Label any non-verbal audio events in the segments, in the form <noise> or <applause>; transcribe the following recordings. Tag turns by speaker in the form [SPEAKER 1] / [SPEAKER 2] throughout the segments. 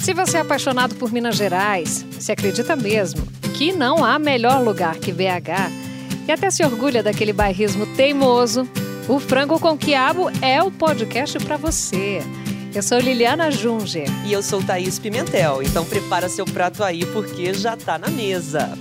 [SPEAKER 1] Se você é apaixonado por Minas Gerais, se acredita mesmo que não há melhor lugar que BH e até se orgulha daquele bairrismo teimoso, o Frango com Quiabo é o podcast para você. Eu sou Liliana Junger.
[SPEAKER 2] E eu sou Thaís Pimentel. Então prepara seu prato aí porque já tá na mesa.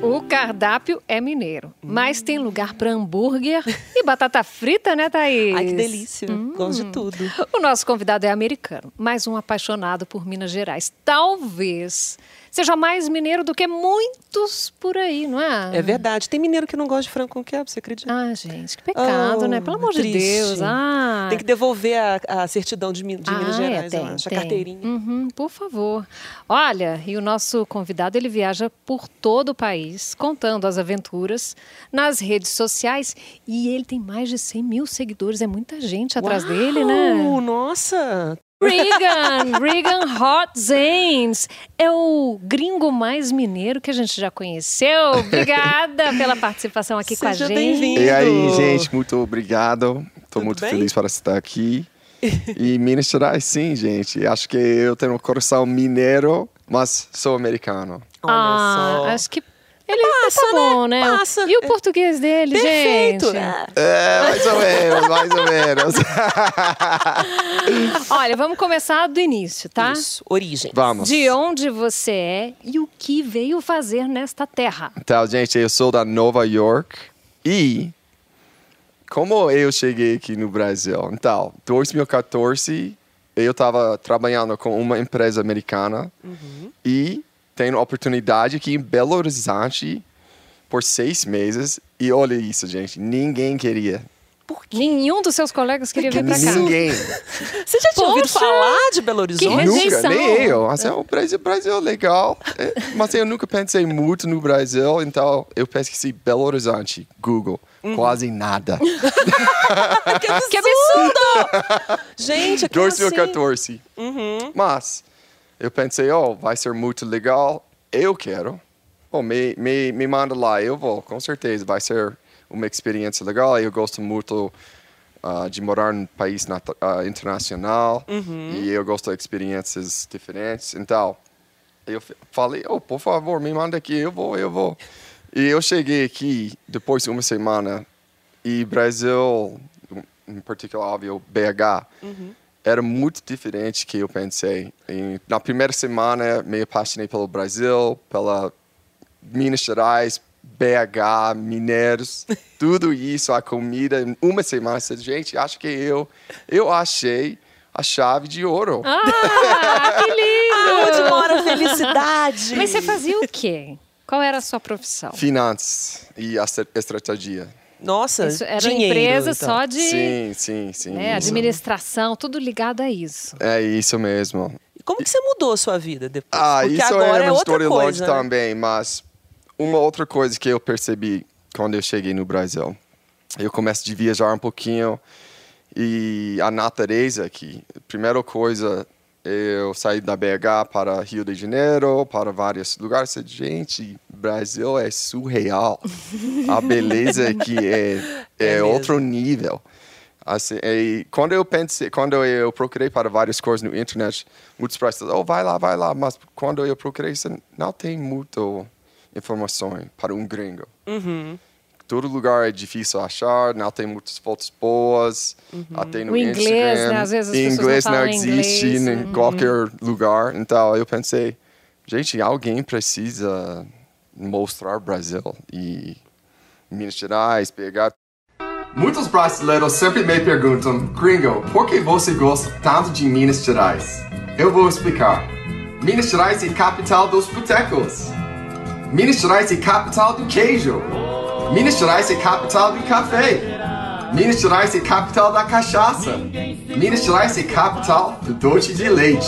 [SPEAKER 1] O cardápio é mineiro, mas tem lugar para
[SPEAKER 2] <laughs>
[SPEAKER 1] hambúrguer e batata frita, né, Thaís?
[SPEAKER 2] Ai, que delícia.
[SPEAKER 1] Hum.
[SPEAKER 2] Gosto de tudo.
[SPEAKER 1] O nosso convidado é americano, mas um apaixonado por Minas Gerais. Talvez seja mais mineiro do que muitos por aí, não é?
[SPEAKER 2] É verdade. Tem mineiro que não gosta de frango com quiabo, você acredita?
[SPEAKER 1] Ah, gente, que pecado,
[SPEAKER 2] Oh,
[SPEAKER 1] né? Pelo amor de
[SPEAKER 2] triste.
[SPEAKER 1] Deus. Ah.
[SPEAKER 2] Tem que devolver a, a certidão de, Mi- de Minas
[SPEAKER 1] Ah, é,
[SPEAKER 2] Gerais, eu
[SPEAKER 1] tem,
[SPEAKER 2] acho,
[SPEAKER 1] tem.
[SPEAKER 2] a carteirinha.
[SPEAKER 1] Uhum, por favor. Olha, e o nosso convidado ele viaja por todo o país, contando as aventuras nas redes sociais. E ele tem mais de 100 mil seguidores, é muita gente atrás
[SPEAKER 2] Uau,
[SPEAKER 1] dele, né?
[SPEAKER 2] Nossa! <laughs>
[SPEAKER 1] Regan, Regan Hot Zanes, é o gringo mais mineiro que a gente já conheceu. Obrigada pela participação aqui com a
[SPEAKER 2] Seja
[SPEAKER 1] gente.
[SPEAKER 2] bem-vindo.
[SPEAKER 3] E aí,
[SPEAKER 2] Lindo.
[SPEAKER 3] gente, muito obrigado. Estou
[SPEAKER 2] Tudo
[SPEAKER 3] muito
[SPEAKER 2] bem?
[SPEAKER 3] feliz para estar aqui. E Minas Gerais, sim, gente. Acho que eu tenho um coração mineiro, mas sou americano.
[SPEAKER 2] Olha
[SPEAKER 1] ah,
[SPEAKER 2] só. É
[SPEAKER 1] acho que ele passa,
[SPEAKER 2] Passa,
[SPEAKER 1] tá bom, né?
[SPEAKER 2] Passa.
[SPEAKER 1] E o português dele,
[SPEAKER 2] Perfeito!
[SPEAKER 1] gente?
[SPEAKER 2] Ah,
[SPEAKER 3] É, mais ou menos, mais ou menos. <laughs>
[SPEAKER 1] Olha, vamos começar do início, tá?
[SPEAKER 2] Isso, origem.
[SPEAKER 3] Vamos.
[SPEAKER 1] De onde você é e o que veio fazer nesta terra.
[SPEAKER 3] Então, gente, eu sou da Nova York e como eu cheguei aqui no Brasil? Então, 2014, eu estava trabalhando com uma empresa americana
[SPEAKER 1] Uhum.
[SPEAKER 3] e tenho oportunidade aqui em Belo Horizonte por seis meses. E olha isso, gente, ninguém queria.
[SPEAKER 1] Nenhum dos seus colegas queria vir pra cá. <laughs>
[SPEAKER 3] Ninguém.
[SPEAKER 2] Você já tinha ouvido
[SPEAKER 1] Poxa!
[SPEAKER 2] falar de Belo Horizonte?
[SPEAKER 1] Mas
[SPEAKER 3] Nunca,
[SPEAKER 1] rejeição.
[SPEAKER 3] nem eu. Assim, o Brasil, Brasil é legal, é, mas eu nunca pensei muito no Brasil, então eu pesquisei Belo Horizonte, Google,
[SPEAKER 1] Uhum.
[SPEAKER 3] quase nada.
[SPEAKER 2] Ah, que absurdo! gente, é como assim?
[SPEAKER 3] 2014. Mas eu pensei, oh, vai ser muito legal, eu quero. Oh, me, me, me manda lá, eu vou, com certeza, vai ser uma experiência legal. Eu gosto muito ah, de morar num país nat- ah, internacional e eu gosto de experiências diferentes. Então, eu f- falei, oh, por favor, me manda aqui, eu vou, eu vou. E eu cheguei aqui depois de uma semana e Brasil, em particular, óbvio, BH, era muito diferente que eu pensei. E na primeira semana, me apaixonei pelo Brasil, pela Minas Gerais, BH, Mineiros, tudo isso, a comida, em uma semana. Gente, acho que eu, eu achei a chave de ouro.
[SPEAKER 1] Ah, que
[SPEAKER 2] Ah,
[SPEAKER 1] lindo!
[SPEAKER 2] onde mora a felicidade?
[SPEAKER 1] Mas você fazia o quê? Qual era a sua profissão?
[SPEAKER 3] Finanças e a estra- estratégia.
[SPEAKER 2] Nossa,
[SPEAKER 1] Isso era
[SPEAKER 2] né? dinheiro,
[SPEAKER 1] empresa
[SPEAKER 2] então.
[SPEAKER 1] só de
[SPEAKER 3] Sim, sim, sim.
[SPEAKER 1] né,
[SPEAKER 3] isso.
[SPEAKER 1] administração, tudo ligado a isso.
[SPEAKER 3] É isso mesmo.
[SPEAKER 2] E Como que você mudou a sua vida depois?
[SPEAKER 3] Ah,
[SPEAKER 2] Porque
[SPEAKER 3] isso
[SPEAKER 2] agora
[SPEAKER 3] era
[SPEAKER 2] é
[SPEAKER 3] uma
[SPEAKER 2] outra
[SPEAKER 3] história longe
[SPEAKER 2] coisa, né?
[SPEAKER 3] também, mas uma outra coisa que eu percebi quando eu cheguei no Brasil, eu começo de viajar um pouquinho e a natureza aqui, primeira coisa, eu saí da BH para Rio de Janeiro, para vários lugares, Eu disse, gente, Brasil
[SPEAKER 2] <laughs>
[SPEAKER 3] é surreal, a beleza aqui é,
[SPEAKER 2] É
[SPEAKER 3] é,
[SPEAKER 2] mesmo.
[SPEAKER 3] outro nível. Assim, e quando eu pensei, quando eu procurei para várias coisas no internet, muitos brasileiros, oh, vai lá, vai lá, mas quando eu procurei, você não tem muita informação para um gringo. Todo lugar é difícil achar, não tem muitas fotos boas, até no
[SPEAKER 1] O inglês,
[SPEAKER 3] Instagram.
[SPEAKER 1] né, às vezes as pessoas não
[SPEAKER 3] inglês
[SPEAKER 1] falam
[SPEAKER 3] existe
[SPEAKER 1] inglês. uhum.
[SPEAKER 3] em qualquer lugar. Então eu pensei, gente, alguém precisa mostrar Brasil e Minas Gerais, pegar Muitos brasileiros sempre me perguntam, gringo, por que você gosta tanto de Minas Gerais? Eu vou explicar. Minas Gerais é capital dos botecos. Minas Gerais é capital do queijo. Minas Gerais é capital do café. Minas Gerais é capital da cachaça. Minas Gerais é capital do doce de leite.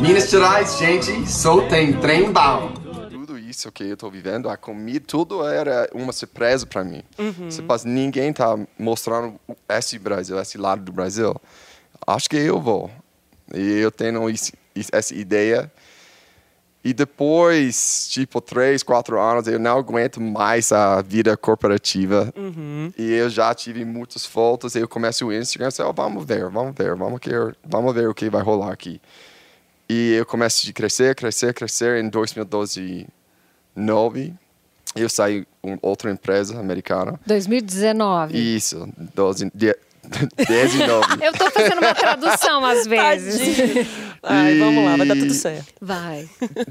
[SPEAKER 3] Minas Gerais, gente, só tem trem bom. Tudo isso que eu tô vivendo, a comida, tudo era uma surpresa para mim. Se passa, ninguém tá mostrando esse Brasil, esse lado do Brasil. Acho que eu vou. E eu tenho esse- essa ideia E depois, tipo, três, quatro anos, eu não aguento mais a vida corporativa. E eu já tive muitas fotos. Eu começo o Instagram, assim, "Ó, vamos ver, vamos ver, vamos, que, vamos ver o que vai rolar aqui. E eu começo de crescer, crescer, crescer. Em 2019, eu saí em outra empresa americana.
[SPEAKER 1] 2019.
[SPEAKER 3] Isso, 12, <laughs> 10 e 9.
[SPEAKER 1] Eu tô fazendo uma tradução
[SPEAKER 2] <laughs>
[SPEAKER 1] às vezes.
[SPEAKER 2] Tadinho. Ai, vamos lá, vai dar tudo
[SPEAKER 3] E-
[SPEAKER 2] certo.
[SPEAKER 1] Vai.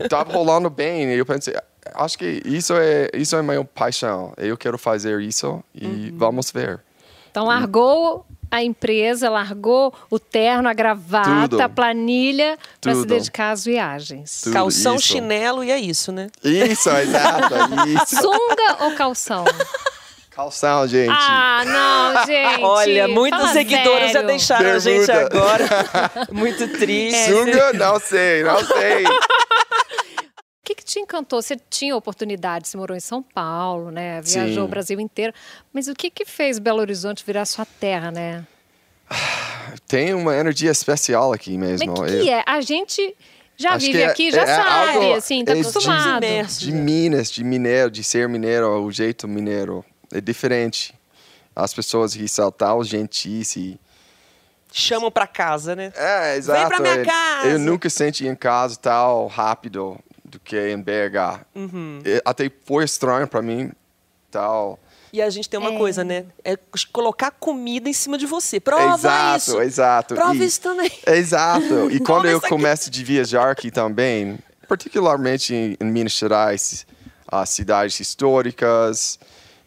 [SPEAKER 3] Tava rolando bem e eu pensei, acho que isso é, isso é minha paixão. Eu quero fazer isso e
[SPEAKER 1] Uhum.
[SPEAKER 3] vamos ver.
[SPEAKER 1] Então largou a empresa, largou o terno, a gravata,
[SPEAKER 3] Tudo.
[SPEAKER 1] a planilha para se
[SPEAKER 3] Tudo.
[SPEAKER 1] dedicar às viagens.
[SPEAKER 3] Tudo
[SPEAKER 2] Calção,
[SPEAKER 3] isso.
[SPEAKER 2] chinelo e é isso, né?
[SPEAKER 3] Isso, exato, é isso.
[SPEAKER 1] Sunga ou calção?
[SPEAKER 3] <laughs> Calção, gente.
[SPEAKER 1] Ah,
[SPEAKER 3] <laughs>
[SPEAKER 1] não, gente.
[SPEAKER 2] Olha, muitas
[SPEAKER 1] fala
[SPEAKER 2] seguidoras já
[SPEAKER 1] sério.
[SPEAKER 2] deixaram a gente
[SPEAKER 3] Bermuda. <laughs>
[SPEAKER 2] agora. Muito
[SPEAKER 1] é.
[SPEAKER 2] triste.
[SPEAKER 3] Sunga, não sei, não sei.
[SPEAKER 1] O que, que te encantou? Você tinha oportunidade, você morou em São Paulo, né? Viajou
[SPEAKER 3] Sim.
[SPEAKER 1] o Brasil inteiro. Mas o que, que fez Belo Horizonte virar sua terra, né?
[SPEAKER 3] Tem uma energia especial aqui
[SPEAKER 1] Mas
[SPEAKER 3] mesmo.
[SPEAKER 1] o
[SPEAKER 3] Eu-
[SPEAKER 1] que, que é? A gente já
[SPEAKER 3] Acho
[SPEAKER 1] vive
[SPEAKER 3] que é-
[SPEAKER 1] aqui, já
[SPEAKER 3] é
[SPEAKER 1] sabe,
[SPEAKER 3] algo-
[SPEAKER 1] assim, tá
[SPEAKER 3] é de-
[SPEAKER 1] acostumado.
[SPEAKER 2] Imerso.
[SPEAKER 3] De Minas, de mineiro, de ser mineiro, o jeito mineiro é diferente. As pessoas ressaltam o gentis.
[SPEAKER 2] Chamam pra casa, né?
[SPEAKER 3] É, exato.
[SPEAKER 2] pra minha
[SPEAKER 3] Eu-
[SPEAKER 2] casa.
[SPEAKER 3] Eu nunca senti em casa tal rápido do que em BH.
[SPEAKER 2] Uhum.
[SPEAKER 3] E Até foi estranho para mim, tal.
[SPEAKER 2] E a gente tem uma
[SPEAKER 1] É.
[SPEAKER 2] coisa, né? É colocar comida em cima de você. Prova
[SPEAKER 3] exato,
[SPEAKER 2] isso.
[SPEAKER 3] exato.
[SPEAKER 2] Prova
[SPEAKER 3] E-
[SPEAKER 2] isso também. <laughs>
[SPEAKER 3] Exato. E quando
[SPEAKER 2] Prova
[SPEAKER 3] eu
[SPEAKER 2] isso aqui.
[SPEAKER 3] começo de viajar aqui também, particularmente em, em Minas Gerais, as cidades históricas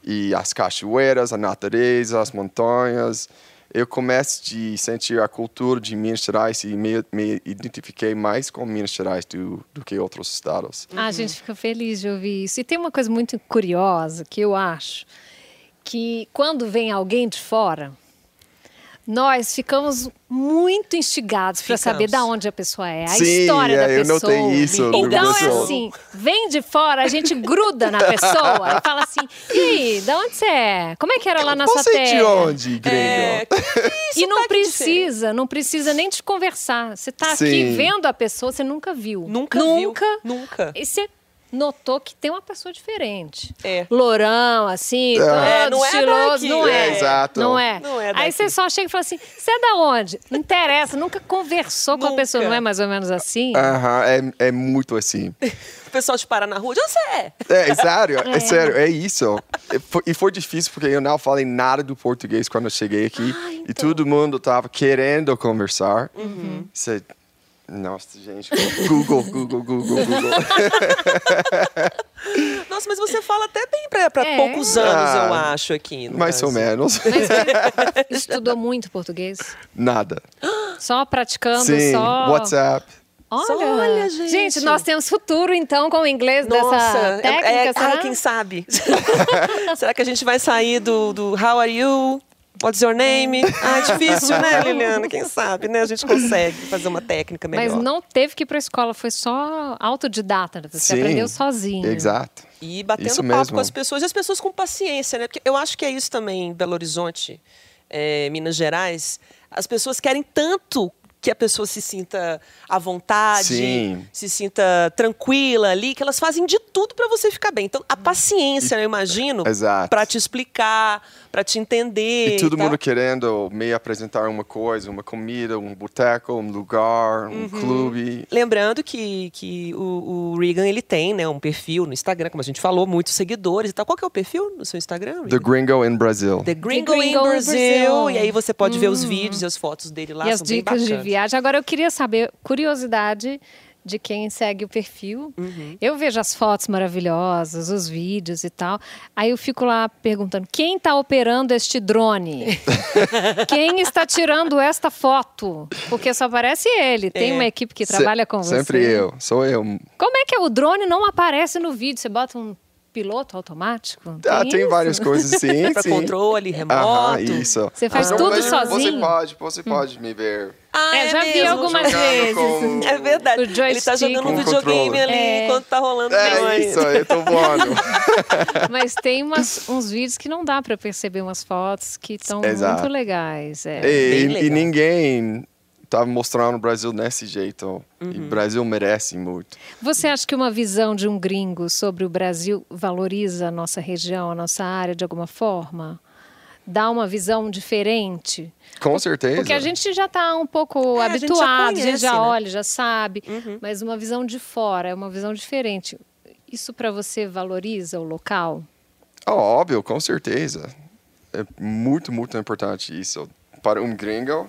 [SPEAKER 3] e as cachoeiras, a natureza, as montanhas, eu começo de sentir a cultura de Minas Gerais e me, me identifiquei mais com Minas Gerais do, do que outros estados.
[SPEAKER 1] Ah, a gente fica feliz de ouvir isso. E tem uma coisa muito curiosa que eu acho, que quando vem alguém de fora, nós ficamos muito instigados para
[SPEAKER 2] Ficamos.
[SPEAKER 1] saber da onde a pessoa é, a
[SPEAKER 3] Sim,
[SPEAKER 1] história da
[SPEAKER 3] é, eu
[SPEAKER 1] pessoa.
[SPEAKER 3] notei isso no
[SPEAKER 1] Então é
[SPEAKER 2] Google.
[SPEAKER 1] assim, vem de fora, a gente gruda na pessoa e fala assim: "E aí, da onde você é? Como é que era lá na sua
[SPEAKER 3] Você
[SPEAKER 1] terra?"
[SPEAKER 3] é de onde, tá gringo?
[SPEAKER 2] É,
[SPEAKER 1] E não
[SPEAKER 2] sotaque
[SPEAKER 1] precisa, não precisa nem te conversar. Você tá aqui
[SPEAKER 3] Sim.
[SPEAKER 1] vendo a pessoa, você nunca viu.
[SPEAKER 2] Nunca,
[SPEAKER 1] nunca
[SPEAKER 2] viu. Nunca.
[SPEAKER 1] e você notou que tem uma pessoa diferente.
[SPEAKER 2] É.
[SPEAKER 1] Lourão, assim, todo
[SPEAKER 2] É, não é
[SPEAKER 1] estiloso.
[SPEAKER 2] daqui.
[SPEAKER 1] não é.
[SPEAKER 2] É,
[SPEAKER 3] exato.
[SPEAKER 1] Não é.
[SPEAKER 2] Não é
[SPEAKER 1] Aí
[SPEAKER 2] daqui.
[SPEAKER 1] você só chega e fala assim, você é da onde? Não interessa, nunca conversou com a
[SPEAKER 2] Nunca.
[SPEAKER 1] pessoa, não é mais ou menos assim?
[SPEAKER 3] Aham, é, é muito assim.
[SPEAKER 2] O pessoal te para na rua. De onde você é?
[SPEAKER 3] É, é sério, é,
[SPEAKER 1] É.
[SPEAKER 3] sério, é isso. E foi, e foi difícil porque eu não falei nada do português quando eu cheguei aqui.
[SPEAKER 1] Ah, então. Uhum.
[SPEAKER 3] E todo mundo tava querendo conversar. Você- Nossa, gente, Google, Google, Google, Google. <laughs>
[SPEAKER 2] Nossa, mas você fala até bem pra, pra
[SPEAKER 1] É.
[SPEAKER 2] poucos anos,
[SPEAKER 3] Ah,
[SPEAKER 2] eu acho, aqui. no
[SPEAKER 3] Mais ou
[SPEAKER 2] Brasil.
[SPEAKER 3] menos. É.
[SPEAKER 1] Estudou muito português?
[SPEAKER 3] Nada.
[SPEAKER 1] Só praticando,
[SPEAKER 3] Sim,
[SPEAKER 1] só...
[SPEAKER 3] WhatsApp.
[SPEAKER 1] Olha,
[SPEAKER 2] Olha, gente.
[SPEAKER 1] nós temos futuro, então, com o inglês
[SPEAKER 2] Nossa,
[SPEAKER 1] dessa técnica,
[SPEAKER 2] é, é,
[SPEAKER 1] será?
[SPEAKER 2] ai, quem sabe? <laughs> será que a gente vai sair do, do How are you? What's your name? Ah, é difícil, né, Liliana? Quem sabe, né? A gente consegue fazer uma técnica é melhor.
[SPEAKER 1] Mas não teve que ir pra escola, foi só autodidata, né? você
[SPEAKER 3] Sim,
[SPEAKER 1] aprendeu sozinho. né?
[SPEAKER 3] Exato.
[SPEAKER 2] E batendo
[SPEAKER 3] Isso
[SPEAKER 2] papo
[SPEAKER 3] mesmo.
[SPEAKER 2] com as pessoas, e as pessoas com paciência, né? Porque eu acho que é isso também em Belo Horizonte, eh, Minas Gerais. As pessoas querem tanto que a pessoa se sinta à vontade,
[SPEAKER 3] Sim.
[SPEAKER 2] se sinta tranquila ali, que elas fazem de tudo para você ficar bem. Então, a paciência, né, eu imagino,
[SPEAKER 3] Exato.
[SPEAKER 2] para te explicar, para te entender.
[SPEAKER 3] E todo
[SPEAKER 2] tal.
[SPEAKER 3] mundo querendo me apresentar uma coisa, uma comida, um boteco, um lugar,
[SPEAKER 1] Uhum.
[SPEAKER 3] um clube.
[SPEAKER 2] Lembrando que, que o, o Regan, ele tem, né, um perfil no Instagram, como a gente falou, muitos seguidores e tal. Qual que é o perfil no seu Instagram?
[SPEAKER 3] The
[SPEAKER 2] Regan?
[SPEAKER 3] Gringo in Brazil.
[SPEAKER 2] The Gringo,
[SPEAKER 1] Gringo
[SPEAKER 2] in
[SPEAKER 1] in
[SPEAKER 2] Brazil.
[SPEAKER 1] Brazil. Hum.
[SPEAKER 2] E aí você pode ver os vídeos e as fotos dele lá.
[SPEAKER 1] e as
[SPEAKER 2] são bem
[SPEAKER 1] dicas de
[SPEAKER 2] bacanas.
[SPEAKER 1] viagem. Agora eu queria saber, curiosidade de quem segue o perfil.
[SPEAKER 2] Uhum.
[SPEAKER 1] Eu vejo as fotos maravilhosas, os vídeos e tal. Aí eu fico lá perguntando: quem está operando este
[SPEAKER 2] <laughs>
[SPEAKER 1] drone? quem está tirando esta foto? Porque só aparece ele. Tem
[SPEAKER 2] É.
[SPEAKER 1] uma equipe que trabalha
[SPEAKER 3] Se-
[SPEAKER 1] com você.
[SPEAKER 3] Sempre eu, sou eu.
[SPEAKER 1] Como é que o drone não aparece no vídeo? Você bota um piloto automático?
[SPEAKER 3] Ah, tem,
[SPEAKER 1] isso?
[SPEAKER 3] várias coisas, sim.
[SPEAKER 2] Pra
[SPEAKER 3] sim.
[SPEAKER 2] controle remoto.
[SPEAKER 3] Aham, isso.
[SPEAKER 1] Você faz
[SPEAKER 3] Então,
[SPEAKER 1] tudo
[SPEAKER 3] mas Você
[SPEAKER 1] sozinho? Hum.
[SPEAKER 3] pode, você pode me ver.
[SPEAKER 2] Ah,
[SPEAKER 1] É, já vi
[SPEAKER 2] mesmo.
[SPEAKER 1] algumas
[SPEAKER 3] Jogando
[SPEAKER 1] vezes.
[SPEAKER 3] com-
[SPEAKER 2] É verdade.
[SPEAKER 1] O
[SPEAKER 2] Ele tá
[SPEAKER 1] joystick.
[SPEAKER 2] jogando um
[SPEAKER 3] Com
[SPEAKER 2] videogame
[SPEAKER 3] controle.
[SPEAKER 2] ali
[SPEAKER 1] É.
[SPEAKER 2] enquanto tá rolando
[SPEAKER 3] É
[SPEAKER 2] negócio.
[SPEAKER 3] isso, eu tô voando.
[SPEAKER 1] <laughs> Mas tem umas- uns vídeos que não dá para perceber umas fotos que estão
[SPEAKER 3] Exato.
[SPEAKER 1] muito legais. <laughs> é.
[SPEAKER 3] e,
[SPEAKER 2] bem
[SPEAKER 3] e- e
[SPEAKER 2] legal.
[SPEAKER 3] ninguém tava mostrando o Brasil desse jeito. E
[SPEAKER 2] Uhum.
[SPEAKER 3] o Brasil merece muito.
[SPEAKER 1] Você acha que uma visão de um gringo sobre o Brasil valoriza a nossa região, a nossa área de alguma forma? Dá uma visão diferente?
[SPEAKER 3] Com certeza.
[SPEAKER 1] Porque a gente já está um pouco
[SPEAKER 2] É, a gente já
[SPEAKER 1] habituado, a gente já,
[SPEAKER 2] conhece, né? Uhum.
[SPEAKER 1] olha, já sabe. Mas uma visão de fora, é uma visão diferente. Isso para você valoriza o local?
[SPEAKER 3] Ah, óbvio, com certeza. É muito, muito importante isso. Para um gringo,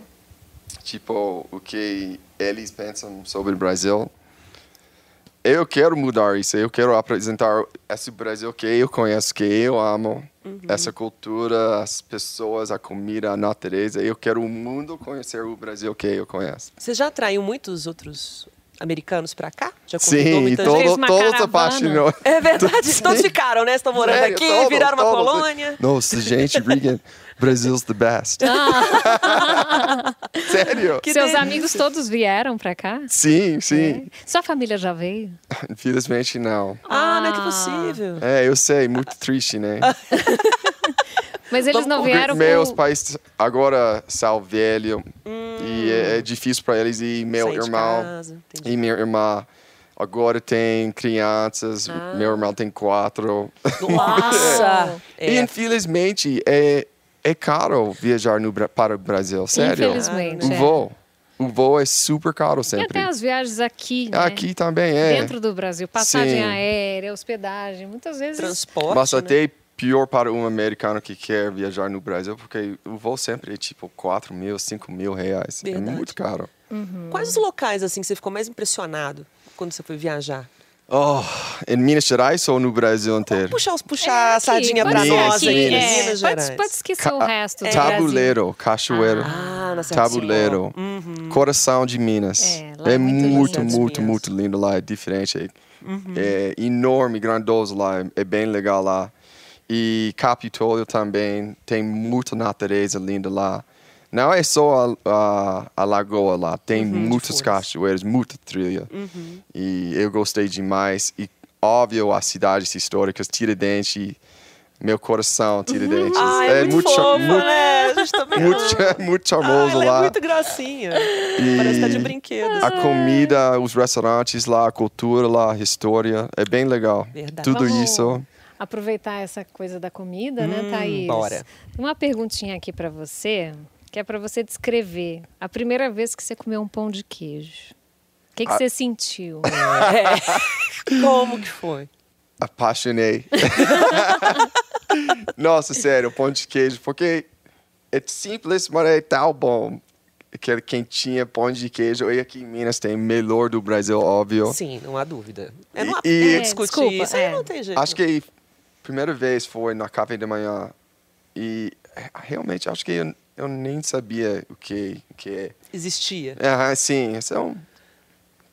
[SPEAKER 3] tipo, o que eles pensam sobre o Brasil. Eu quero mudar isso. Eu quero apresentar esse Brasil que eu conheço, que eu amo. Essa cultura, as pessoas, a comida, a natureza. Eu quero o mundo conhecer o Brasil que eu conheço.
[SPEAKER 2] Você já atraiu muitos outros americanos para cá? Já convidou
[SPEAKER 3] Sim, e
[SPEAKER 2] muita
[SPEAKER 1] todo-
[SPEAKER 2] gente?
[SPEAKER 1] Fez
[SPEAKER 3] todo,
[SPEAKER 1] uma
[SPEAKER 3] todos
[SPEAKER 1] caravana.
[SPEAKER 3] apaixonados.
[SPEAKER 2] É verdade,
[SPEAKER 3] <laughs>
[SPEAKER 2] todos ficaram, né? Estão morando
[SPEAKER 3] Sério,
[SPEAKER 2] aqui,
[SPEAKER 3] todo,
[SPEAKER 2] viraram uma
[SPEAKER 3] todo.
[SPEAKER 2] colônia.
[SPEAKER 3] Nossa,
[SPEAKER 2] <laughs>
[SPEAKER 3] gente, Regan, Brasil's the best. Sério?
[SPEAKER 2] Que
[SPEAKER 1] Seus
[SPEAKER 2] delícia.
[SPEAKER 1] amigos todos vieram para cá?
[SPEAKER 3] Sim, sim.
[SPEAKER 1] Sua família já veio?
[SPEAKER 2] É.
[SPEAKER 3] Infelizmente, não.
[SPEAKER 2] Ah, não é que
[SPEAKER 1] Ah.
[SPEAKER 2] é possível.
[SPEAKER 3] É, eu sei, muito triste, né?
[SPEAKER 2] Ah,
[SPEAKER 1] Mas eles não
[SPEAKER 3] Porque
[SPEAKER 1] vieram
[SPEAKER 3] Meus
[SPEAKER 1] com...
[SPEAKER 3] pais agora são velhos e é, é difícil para eles. E meu
[SPEAKER 2] Hum. Sair de
[SPEAKER 3] irmão
[SPEAKER 2] casa, entendi.
[SPEAKER 3] e minha irmã agora tem crianças. Meu
[SPEAKER 2] Ah.
[SPEAKER 3] irmão tem quatro.
[SPEAKER 2] Nossa!
[SPEAKER 1] É.
[SPEAKER 2] é,
[SPEAKER 3] E infelizmente, é, é caro viajar no, Bra- para o Brasil, sério.
[SPEAKER 1] Infelizmente,
[SPEAKER 3] O
[SPEAKER 1] é.
[SPEAKER 3] voo. O voo é super caro
[SPEAKER 1] E
[SPEAKER 3] sempre.
[SPEAKER 1] até as viagens aqui, né?
[SPEAKER 3] Aqui também é.
[SPEAKER 1] Dentro do Brasil. Passagem
[SPEAKER 3] Sim.
[SPEAKER 1] aérea, hospedagem. Muitas vezes...
[SPEAKER 2] Transporte.
[SPEAKER 3] Mas
[SPEAKER 2] né?
[SPEAKER 3] até pior para um americano que quer viajar no Brasil, porque o voo sempre é tipo 4 mil, 5 mil reais.
[SPEAKER 2] Verdade.
[SPEAKER 3] É muito caro.
[SPEAKER 2] Quais os locais assim que você ficou mais impressionado quando você foi viajar?
[SPEAKER 3] Oh, em Minas Gerais ou no Brasil inteiro?
[SPEAKER 2] Puxar, os- puxar
[SPEAKER 1] É
[SPEAKER 2] a sardinha
[SPEAKER 1] aqui,
[SPEAKER 2] para
[SPEAKER 1] pode ser
[SPEAKER 2] nós
[SPEAKER 1] aqui,
[SPEAKER 2] aqui, em
[SPEAKER 1] é.
[SPEAKER 2] Minas Gerais.
[SPEAKER 1] Pode, pode esquecer o
[SPEAKER 3] Ca-
[SPEAKER 1] resto do Brasil.
[SPEAKER 3] Tabuleiro, cachoeiro.
[SPEAKER 2] Ah, na Serra do
[SPEAKER 3] tabuleiro.
[SPEAKER 2] Senhor. Uhum.
[SPEAKER 3] Coração de Minas.
[SPEAKER 1] É, lá é muito lindo.
[SPEAKER 3] muito,
[SPEAKER 2] Minas.
[SPEAKER 3] muito, muito lindo lá. É diferente. É-
[SPEAKER 2] Uhum.
[SPEAKER 3] É enorme, grandoso lá. É bem legal lá. E Capitólio também. Tem muita natureza linda lá. Não é só a, a, a lagoa lá.
[SPEAKER 2] Uhum.
[SPEAKER 3] Tem muitas
[SPEAKER 2] flores.
[SPEAKER 3] cachoeiras, muita trilha.
[SPEAKER 2] Uhum.
[SPEAKER 3] E eu gostei demais. E, óbvio, as cidades históricas. Tiradentes. Meu coração, Tiradentes.
[SPEAKER 2] Ah, é, muito,
[SPEAKER 3] cha-
[SPEAKER 2] fofo,
[SPEAKER 3] muito,
[SPEAKER 2] né? A gente também
[SPEAKER 3] muito,
[SPEAKER 2] ama.
[SPEAKER 3] cha- <laughs> muito charmoso
[SPEAKER 2] Ah, ela
[SPEAKER 3] lá.
[SPEAKER 2] é muito gracinha.
[SPEAKER 3] E-
[SPEAKER 2] Parece que tá de brinquedo.
[SPEAKER 3] A comida, os restaurantes lá, a cultura lá, a história, é bem legal.
[SPEAKER 2] Verdade.
[SPEAKER 3] Tudo
[SPEAKER 1] Vamos
[SPEAKER 3] isso.
[SPEAKER 1] Aproveitar essa coisa da comida, né, Thaís?
[SPEAKER 2] Hum, bora.
[SPEAKER 1] Uma perguntinha aqui pra você, que é pra você descrever a primeira vez que você comeu um pão de queijo. O
[SPEAKER 3] Ah.
[SPEAKER 1] que, que você
[SPEAKER 3] <laughs>
[SPEAKER 1] sentiu?
[SPEAKER 2] É. <laughs> Como que foi? <laughs>
[SPEAKER 3] Apaixonei. Nossa, sério, pão de queijo, porque é simples, mas é tão bom. Aquele quentinha, pão de queijo. E aqui em Minas tem melhor do Brasil, óbvio.
[SPEAKER 2] Sim, não há dúvida. É,
[SPEAKER 3] E-
[SPEAKER 2] não há
[SPEAKER 3] e-
[SPEAKER 2] é, discutir
[SPEAKER 1] Desculpa,
[SPEAKER 2] isso aí
[SPEAKER 1] é.
[SPEAKER 2] não tem jeito.
[SPEAKER 3] Acho que a primeira vez foi na café da manhã. E é, realmente acho que eu, eu nem sabia o que, o que é.
[SPEAKER 2] existia.
[SPEAKER 3] Aham, sim, isso é um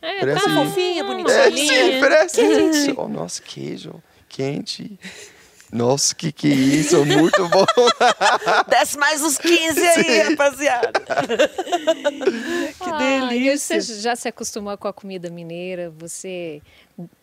[SPEAKER 1] É,
[SPEAKER 3] Parece-
[SPEAKER 1] bom.
[SPEAKER 2] Fofinha, bonitinha.
[SPEAKER 3] É,
[SPEAKER 1] Bolinha.
[SPEAKER 3] sim, parece quente. Oh, nossa, queijo quente. Nossa, que que é isso? Muito bom. <laughs> Ah,
[SPEAKER 2] Desce mais uns 15 aí, <laughs> rapaziada.
[SPEAKER 1] Ah, e Você já se acostumou com a comida mineira? Você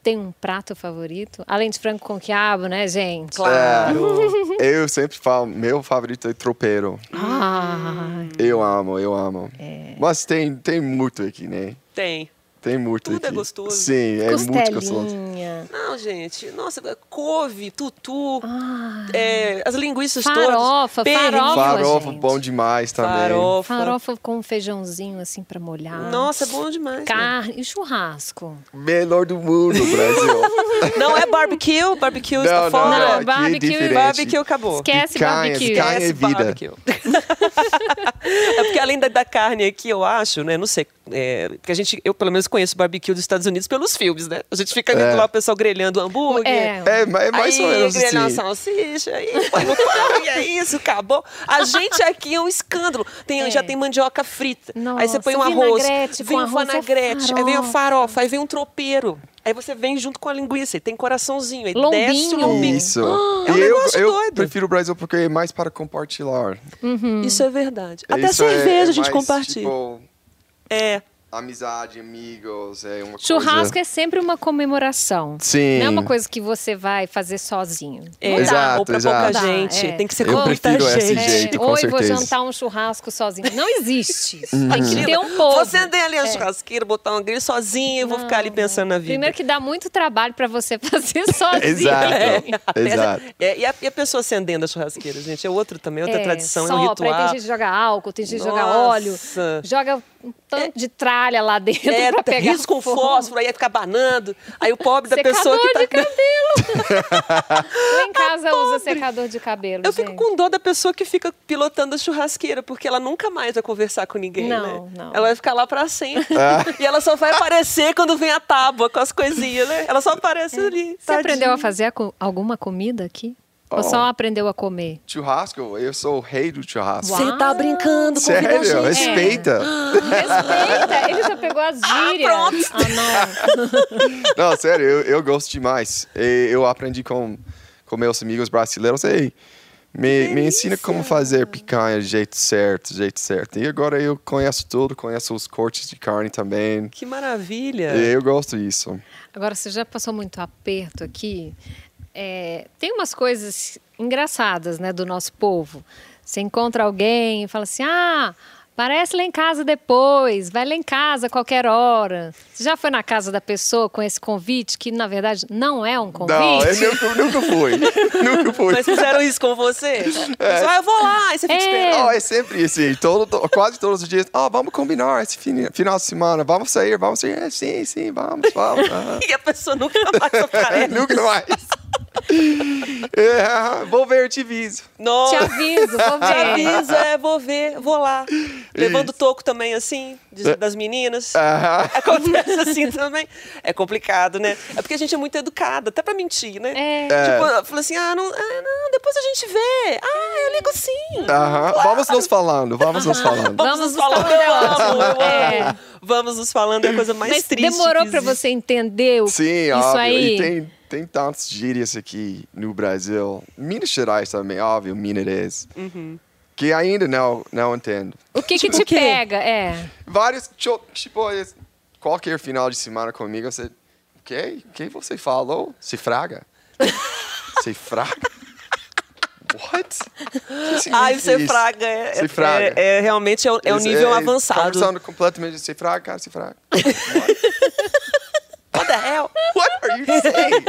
[SPEAKER 1] tem um prato favorito? Além de frango com quiabo, né, gente?
[SPEAKER 3] É.
[SPEAKER 2] Claro.
[SPEAKER 3] Eu sempre falo, meu favorito é tropeiro.
[SPEAKER 2] Hum.
[SPEAKER 1] Ah,
[SPEAKER 3] Eu amo, eu amo.
[SPEAKER 2] É.
[SPEAKER 3] Mas tem, tem muito aqui, né?
[SPEAKER 2] Tem.
[SPEAKER 3] Tem muito
[SPEAKER 2] Tudo é
[SPEAKER 3] aqui.
[SPEAKER 2] gostoso.
[SPEAKER 3] Sim, é muito gostoso.
[SPEAKER 1] costelinha.
[SPEAKER 2] Não, gente. Nossa, couve, tutu,
[SPEAKER 1] Ah,
[SPEAKER 2] é, as linguiças
[SPEAKER 1] Farofa,
[SPEAKER 2] todas. pernil,
[SPEAKER 1] farofa.
[SPEAKER 3] Farofa,
[SPEAKER 1] gente.
[SPEAKER 3] bom demais também.
[SPEAKER 2] Farofa.
[SPEAKER 1] farofa com feijãozinho assim pra molhar.
[SPEAKER 2] Nossa, é bom demais. né?
[SPEAKER 1] Carne e churrasco.
[SPEAKER 3] Melhor do mundo,
[SPEAKER 2] <laughs>
[SPEAKER 3] Brasil.
[SPEAKER 2] Não é barbecue, barbecue está
[SPEAKER 3] não,
[SPEAKER 1] Não,
[SPEAKER 3] não,
[SPEAKER 2] fora.
[SPEAKER 3] aqui
[SPEAKER 1] barbecue-
[SPEAKER 3] é diferente.
[SPEAKER 2] barbecue acabou.
[SPEAKER 1] Esquece
[SPEAKER 3] Picanha,
[SPEAKER 1] barbecue.
[SPEAKER 3] picanha.
[SPEAKER 2] Esquece
[SPEAKER 3] é vida.
[SPEAKER 2] barbecue. <laughs> é porque além da, da carne aqui, eu acho, né? Não sei. é, porque a gente, eu pelo menos conheço o barbecue dos Estados Unidos pelos filmes, né? A gente fica vendo
[SPEAKER 3] É.
[SPEAKER 2] lá o pessoal grelhando hambúrguer.
[SPEAKER 1] É.
[SPEAKER 3] É, ma- é mais
[SPEAKER 2] aí,
[SPEAKER 3] ou menos
[SPEAKER 2] grelhando a
[SPEAKER 3] assim.
[SPEAKER 2] salsicha, aí põe no pão, e é isso, acabou. A gente aqui é um escândalo. Tem,
[SPEAKER 1] É.
[SPEAKER 2] Já tem mandioca frita. aí
[SPEAKER 1] Nossa,
[SPEAKER 2] você põe um arroz,
[SPEAKER 1] vinagrete com
[SPEAKER 2] vem um
[SPEAKER 1] arroz, é
[SPEAKER 2] vanagrete, aí vem a
[SPEAKER 1] farofa.
[SPEAKER 2] farofa, aí vem um tropeiro. Aí você vem junto com a linguiça, e tem coraçãozinho, aí desce o
[SPEAKER 1] Lombinho.
[SPEAKER 2] lombinho.
[SPEAKER 3] Isso.
[SPEAKER 2] é um
[SPEAKER 3] E eu,
[SPEAKER 2] negócio
[SPEAKER 3] eu
[SPEAKER 2] doido.
[SPEAKER 3] prefiro o Brasil porque é mais para compartilhar.
[SPEAKER 1] Hum.
[SPEAKER 2] Isso é verdade. Até
[SPEAKER 3] Isso é-
[SPEAKER 2] cerveja
[SPEAKER 3] é
[SPEAKER 2] a gente
[SPEAKER 3] mais,
[SPEAKER 2] compartilha.
[SPEAKER 3] tipo,
[SPEAKER 2] É.
[SPEAKER 3] amizade, amigos, é uma
[SPEAKER 1] Churrasco
[SPEAKER 3] coisa...
[SPEAKER 1] é sempre uma comemoração.
[SPEAKER 3] Sim.
[SPEAKER 1] Não é uma coisa que você vai fazer sozinho.
[SPEAKER 2] É,
[SPEAKER 1] Não dá.
[SPEAKER 2] ou
[SPEAKER 3] Exato,
[SPEAKER 2] pra
[SPEAKER 3] exato.
[SPEAKER 2] pouca gente.
[SPEAKER 1] Dá, é.
[SPEAKER 2] Tem que ser
[SPEAKER 3] Eu
[SPEAKER 2] com muita
[SPEAKER 3] prefiro esse
[SPEAKER 2] gente.
[SPEAKER 3] jeito. com
[SPEAKER 1] Oi, vou
[SPEAKER 3] certeza. Uhum.
[SPEAKER 1] jantar um churrasco sozinho. Não existe isso. Tem que
[SPEAKER 2] Querida,
[SPEAKER 1] ter um povo.
[SPEAKER 2] Vou acender ali a churrasqueira, botar uma grelha sozinha e vou ficar ali pensando na vida.
[SPEAKER 1] Primeiro que dá muito trabalho pra você <laughs> fazer sozinho.
[SPEAKER 3] Exato.
[SPEAKER 2] <laughs>
[SPEAKER 3] Exato.
[SPEAKER 2] É, e, a, e a pessoa acendendo a churrasqueira, gente, é outro também, outra
[SPEAKER 1] É,
[SPEAKER 2] tradição, é
[SPEAKER 1] sopra,
[SPEAKER 2] um
[SPEAKER 1] aí
[SPEAKER 2] ritual.
[SPEAKER 1] Tem gente que joga álcool, tem gente que joga
[SPEAKER 2] Nossa.
[SPEAKER 1] óleo, joga um tanto de tralha lá dentro
[SPEAKER 2] É,
[SPEAKER 1] pra pegar
[SPEAKER 2] risco com
[SPEAKER 1] fogo.
[SPEAKER 2] fósforo, aí ia ficar banando. Aí o pobre da
[SPEAKER 1] Secador
[SPEAKER 2] pessoa que tá.
[SPEAKER 1] de cabelo.
[SPEAKER 2] <laughs>
[SPEAKER 1] Lá em casa usa secador de cabelo,
[SPEAKER 2] Eu fico
[SPEAKER 1] gente.
[SPEAKER 2] com dó da pessoa que fica pilotando a churrasqueira, porque ela nunca mais vai conversar com ninguém,
[SPEAKER 1] Não,
[SPEAKER 2] né?
[SPEAKER 1] não.
[SPEAKER 2] Ela vai ficar lá pra sempre.
[SPEAKER 3] Ah.
[SPEAKER 2] E ela só vai aparecer quando vem a tábua com as coisinhas, né? Ela só aparece ali.
[SPEAKER 1] É. Você aprendeu a
[SPEAKER 2] tadinha.
[SPEAKER 1] fazer a co- alguma comida aqui? Ou
[SPEAKER 3] Oh.
[SPEAKER 1] só aprendeu a comer?
[SPEAKER 3] Churrasco, eu sou o rei do churrasco.
[SPEAKER 1] Uau.
[SPEAKER 2] Você É. tá brincando, convida a
[SPEAKER 3] Sério,
[SPEAKER 2] gente.
[SPEAKER 3] respeita.
[SPEAKER 1] Respeita! Ele já pegou as gírias.
[SPEAKER 2] pronto.
[SPEAKER 1] Ah, não.
[SPEAKER 3] Não, sério, eu, eu gosto demais. E eu aprendi com, com meus amigos brasileiros. Ei, me, me ensina como fazer picanha do jeito certo, do jeito certo. E agora eu conheço tudo, conheço os cortes de carne também.
[SPEAKER 2] Que maravilha.
[SPEAKER 3] E eu gosto disso.
[SPEAKER 1] Agora, você já passou muito aperto aqui. É, tem umas coisas engraçadas, né, do nosso povo. Você encontra alguém e fala assim, ah, parece lá em casa depois, vai lá em casa a qualquer hora. Você já foi na casa da pessoa com esse convite, que na verdade não é um convite?
[SPEAKER 3] Não, eu nunca, nunca fui.
[SPEAKER 1] <laughs>
[SPEAKER 3] nunca fui.
[SPEAKER 2] Mas fizeram isso com
[SPEAKER 3] É.
[SPEAKER 2] você? Você fala, "Ah, eu vou lá, aí você fica
[SPEAKER 1] É.
[SPEAKER 2] esperando.
[SPEAKER 3] Oh, é sempre assim, todo, to- quase todos os dias. Ah, vamos combinar esse fini- final de semana, vamos sair, vamos sair. É, sim, sim,
[SPEAKER 1] <laughs>
[SPEAKER 3] vamos, vamos. aham.
[SPEAKER 2] <laughs> E a pessoa nunca mais aparece.
[SPEAKER 3] É, Nunca mais. <laughs> É, aham, vou ver, eu te aviso.
[SPEAKER 1] Te
[SPEAKER 2] Nossa.
[SPEAKER 1] aviso, vou
[SPEAKER 2] Te
[SPEAKER 1] ver.
[SPEAKER 2] aviso, é, vou ver, vou lá. Levando toco também, assim, de- das meninas.
[SPEAKER 3] É. Aham.
[SPEAKER 2] <laughs> Acontece assim também. É complicado, né? É porque a gente é muito educada, até pra mentir, né?
[SPEAKER 1] É.
[SPEAKER 2] Tipo, fala assim, ah não, ah, não, depois a gente vê. Ah, eu ligo sim.
[SPEAKER 3] Aham, Vamos nos falando, vamos nos falando.
[SPEAKER 1] Vamos nos falando,
[SPEAKER 2] eu
[SPEAKER 1] eu
[SPEAKER 2] amo, eu
[SPEAKER 1] amo.
[SPEAKER 2] amo.
[SPEAKER 1] É.
[SPEAKER 2] Vamos nos falando, é a coisa mais
[SPEAKER 1] Mas
[SPEAKER 2] triste
[SPEAKER 1] demorou
[SPEAKER 2] que
[SPEAKER 1] pra
[SPEAKER 2] existe.
[SPEAKER 1] você entender o-
[SPEAKER 3] Sim,
[SPEAKER 1] isso
[SPEAKER 3] óbvio.
[SPEAKER 1] aí?
[SPEAKER 3] E tem, tem tantas gírias aqui no Brasil. Minas Gerais também, óbvio, Mineirês.
[SPEAKER 1] Uhum.
[SPEAKER 3] Que ainda não, não entendo.
[SPEAKER 1] O que que te
[SPEAKER 2] quê?
[SPEAKER 1] pega? É.
[SPEAKER 3] Vários, cho- tipo, es- qualquer final de semana comigo, você... O quê? O que você falou? Se fraga? <laughs> Se fraga? What? Que significa
[SPEAKER 2] <laughs> Ai, você
[SPEAKER 3] isso?
[SPEAKER 2] fraga. É,
[SPEAKER 3] Se fraga.
[SPEAKER 2] é- é- realmente é, o- é um
[SPEAKER 3] Eles-
[SPEAKER 2] nível
[SPEAKER 3] é- é
[SPEAKER 2] avançado.
[SPEAKER 3] Conversando completamente, se fraga, cara,
[SPEAKER 2] <laughs>
[SPEAKER 3] se fraga.
[SPEAKER 2] What the hell?
[SPEAKER 3] What are you
[SPEAKER 2] <laughs>
[SPEAKER 3] saying?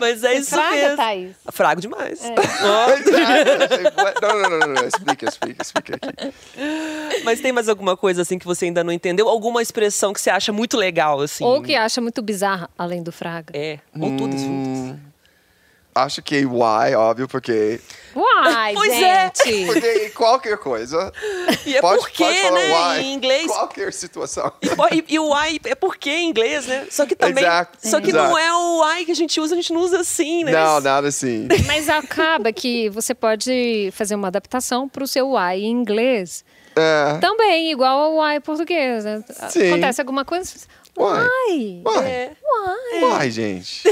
[SPEAKER 2] Mas é isso
[SPEAKER 1] fraga, tá? É.
[SPEAKER 2] mesmo.
[SPEAKER 1] Thaís?
[SPEAKER 2] Frago demais.
[SPEAKER 3] Mas, ah, não, não, não, não, não, explica, explica, explica aqui.
[SPEAKER 2] Ó, <laughs> Mas tem mais alguma coisa assim que você ainda não entendeu? Alguma expressão que você acha muito legal, assim?
[SPEAKER 1] Ou que acha muito bizarra, além do fraga.
[SPEAKER 2] É, ou
[SPEAKER 3] Hum,
[SPEAKER 2] todas juntas.
[SPEAKER 3] Acho que why, óbvio, porque,
[SPEAKER 1] Uai,
[SPEAKER 2] Pois é.
[SPEAKER 1] gente!
[SPEAKER 3] porque qualquer coisa.
[SPEAKER 2] E é
[SPEAKER 3] pode,
[SPEAKER 2] porque,
[SPEAKER 3] pode falar
[SPEAKER 2] né?
[SPEAKER 3] why,
[SPEAKER 2] Em inglês. <laughs>
[SPEAKER 3] Qualquer situação.
[SPEAKER 2] E, po- e- e o why é porque em inglês, né? Só que também.
[SPEAKER 3] Exato,
[SPEAKER 2] Só que não
[SPEAKER 3] exato.
[SPEAKER 2] é o why que a gente usa, a gente não usa assim, né?
[SPEAKER 3] <laughs> Não, nada assim.
[SPEAKER 1] Mas acaba que você pode fazer uma adaptação para o seu uai em inglês.
[SPEAKER 3] É,
[SPEAKER 1] Também, igual ao uai em português. Né?
[SPEAKER 3] Sim.
[SPEAKER 1] Acontece alguma coisa. você fala, Uai!
[SPEAKER 3] why?
[SPEAKER 2] É.
[SPEAKER 1] Uai!
[SPEAKER 3] Why,
[SPEAKER 2] <laughs>
[SPEAKER 3] gente?